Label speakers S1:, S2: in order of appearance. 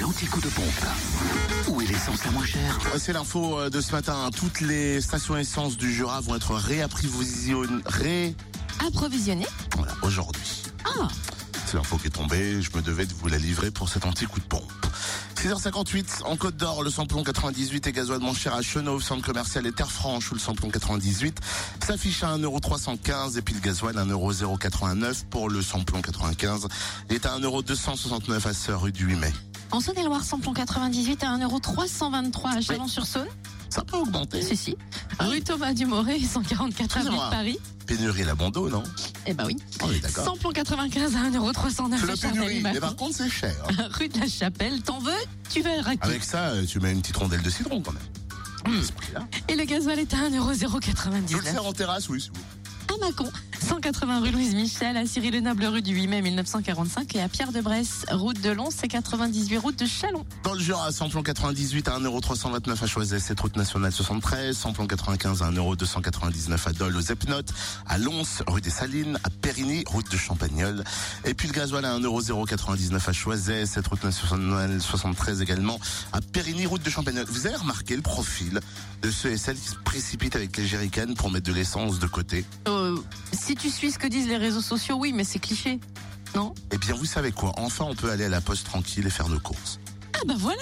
S1: l'anti-coup de pompe. Où est l'essence la moins chère
S2: C'est l'info euh, de ce matin. Toutes les stations essence du Jura vont être réapprovisionnées ré-
S3: Approvisionné
S2: voilà, aujourd'hui.
S3: Ah
S2: C'est l'info qui est tombée. Je me devais de vous la livrer pour cet anti-coup de pompe. 6h58 en Côte d'Or, le samplon 98 et gasoil moins cher à Chenauve, centre commercial et Terre Franche où le samplon 98 s'affiche à 1,315€ et puis le gasoil 1,089€ pour le samplon 95. Il est à 1,269€ à Sœur rue du 8 mai.
S3: En Saône-et-Loire, samplon 98 à 1,323€ à Chalon-sur-Saône.
S2: Ça peut augmenter.
S3: Si, si.
S2: Ah oui.
S3: Rue Thomas Dumoré, 144 avenue
S2: Excusez-moi.
S3: de Paris.
S2: Pénurie la bandeau, non
S3: Eh ben oui.
S2: On est d'accord.
S3: Samplon 95 à 1,309€
S2: C'est la pénurie, mais
S3: à Charles-Animal.
S2: par contre c'est cher.
S3: Rue de la Chapelle, t'en veux Tu verras qui.
S2: eh ben. Avec ça, euh, tu mets une petite rondelle de citron quand même. À ce prix-là.
S3: Et le gasoil est à
S2: Je le
S3: 1,099€
S2: sers en terrasse, oui. c'est bon.
S3: à Mâcon, 180 rue Louise Michel, à Cyril le Noble rue du 8 mai 1945 et à Pierre de Bresse, route de Lons et 98 route de Chalon.
S2: Dans le Jura, samplon 98 à 1,329€ à Choisey, cette route nationale 73, samplon 95 à 1,299€ à Dole, aux Epnotes, à Lons, rue des Salines, à Périgny, route de Champagnole. Et puis le gasoil à 1,099€ à Choisey, cette route nationale 73 également, à Périgny, route de Champagnole. Vous avez remarqué le profil de ceux et celles qui se précipitent avec les jerrycans pour mettre de l'essence de côté
S3: Euh, si tu suis ce que disent les réseaux sociaux, oui, mais c'est cliché. Non
S2: Eh bien, vous savez quoi Enfin, on
S3: bah
S2: peut aller à la poste tranquille et faire nos courses.
S3: Ah bah voilà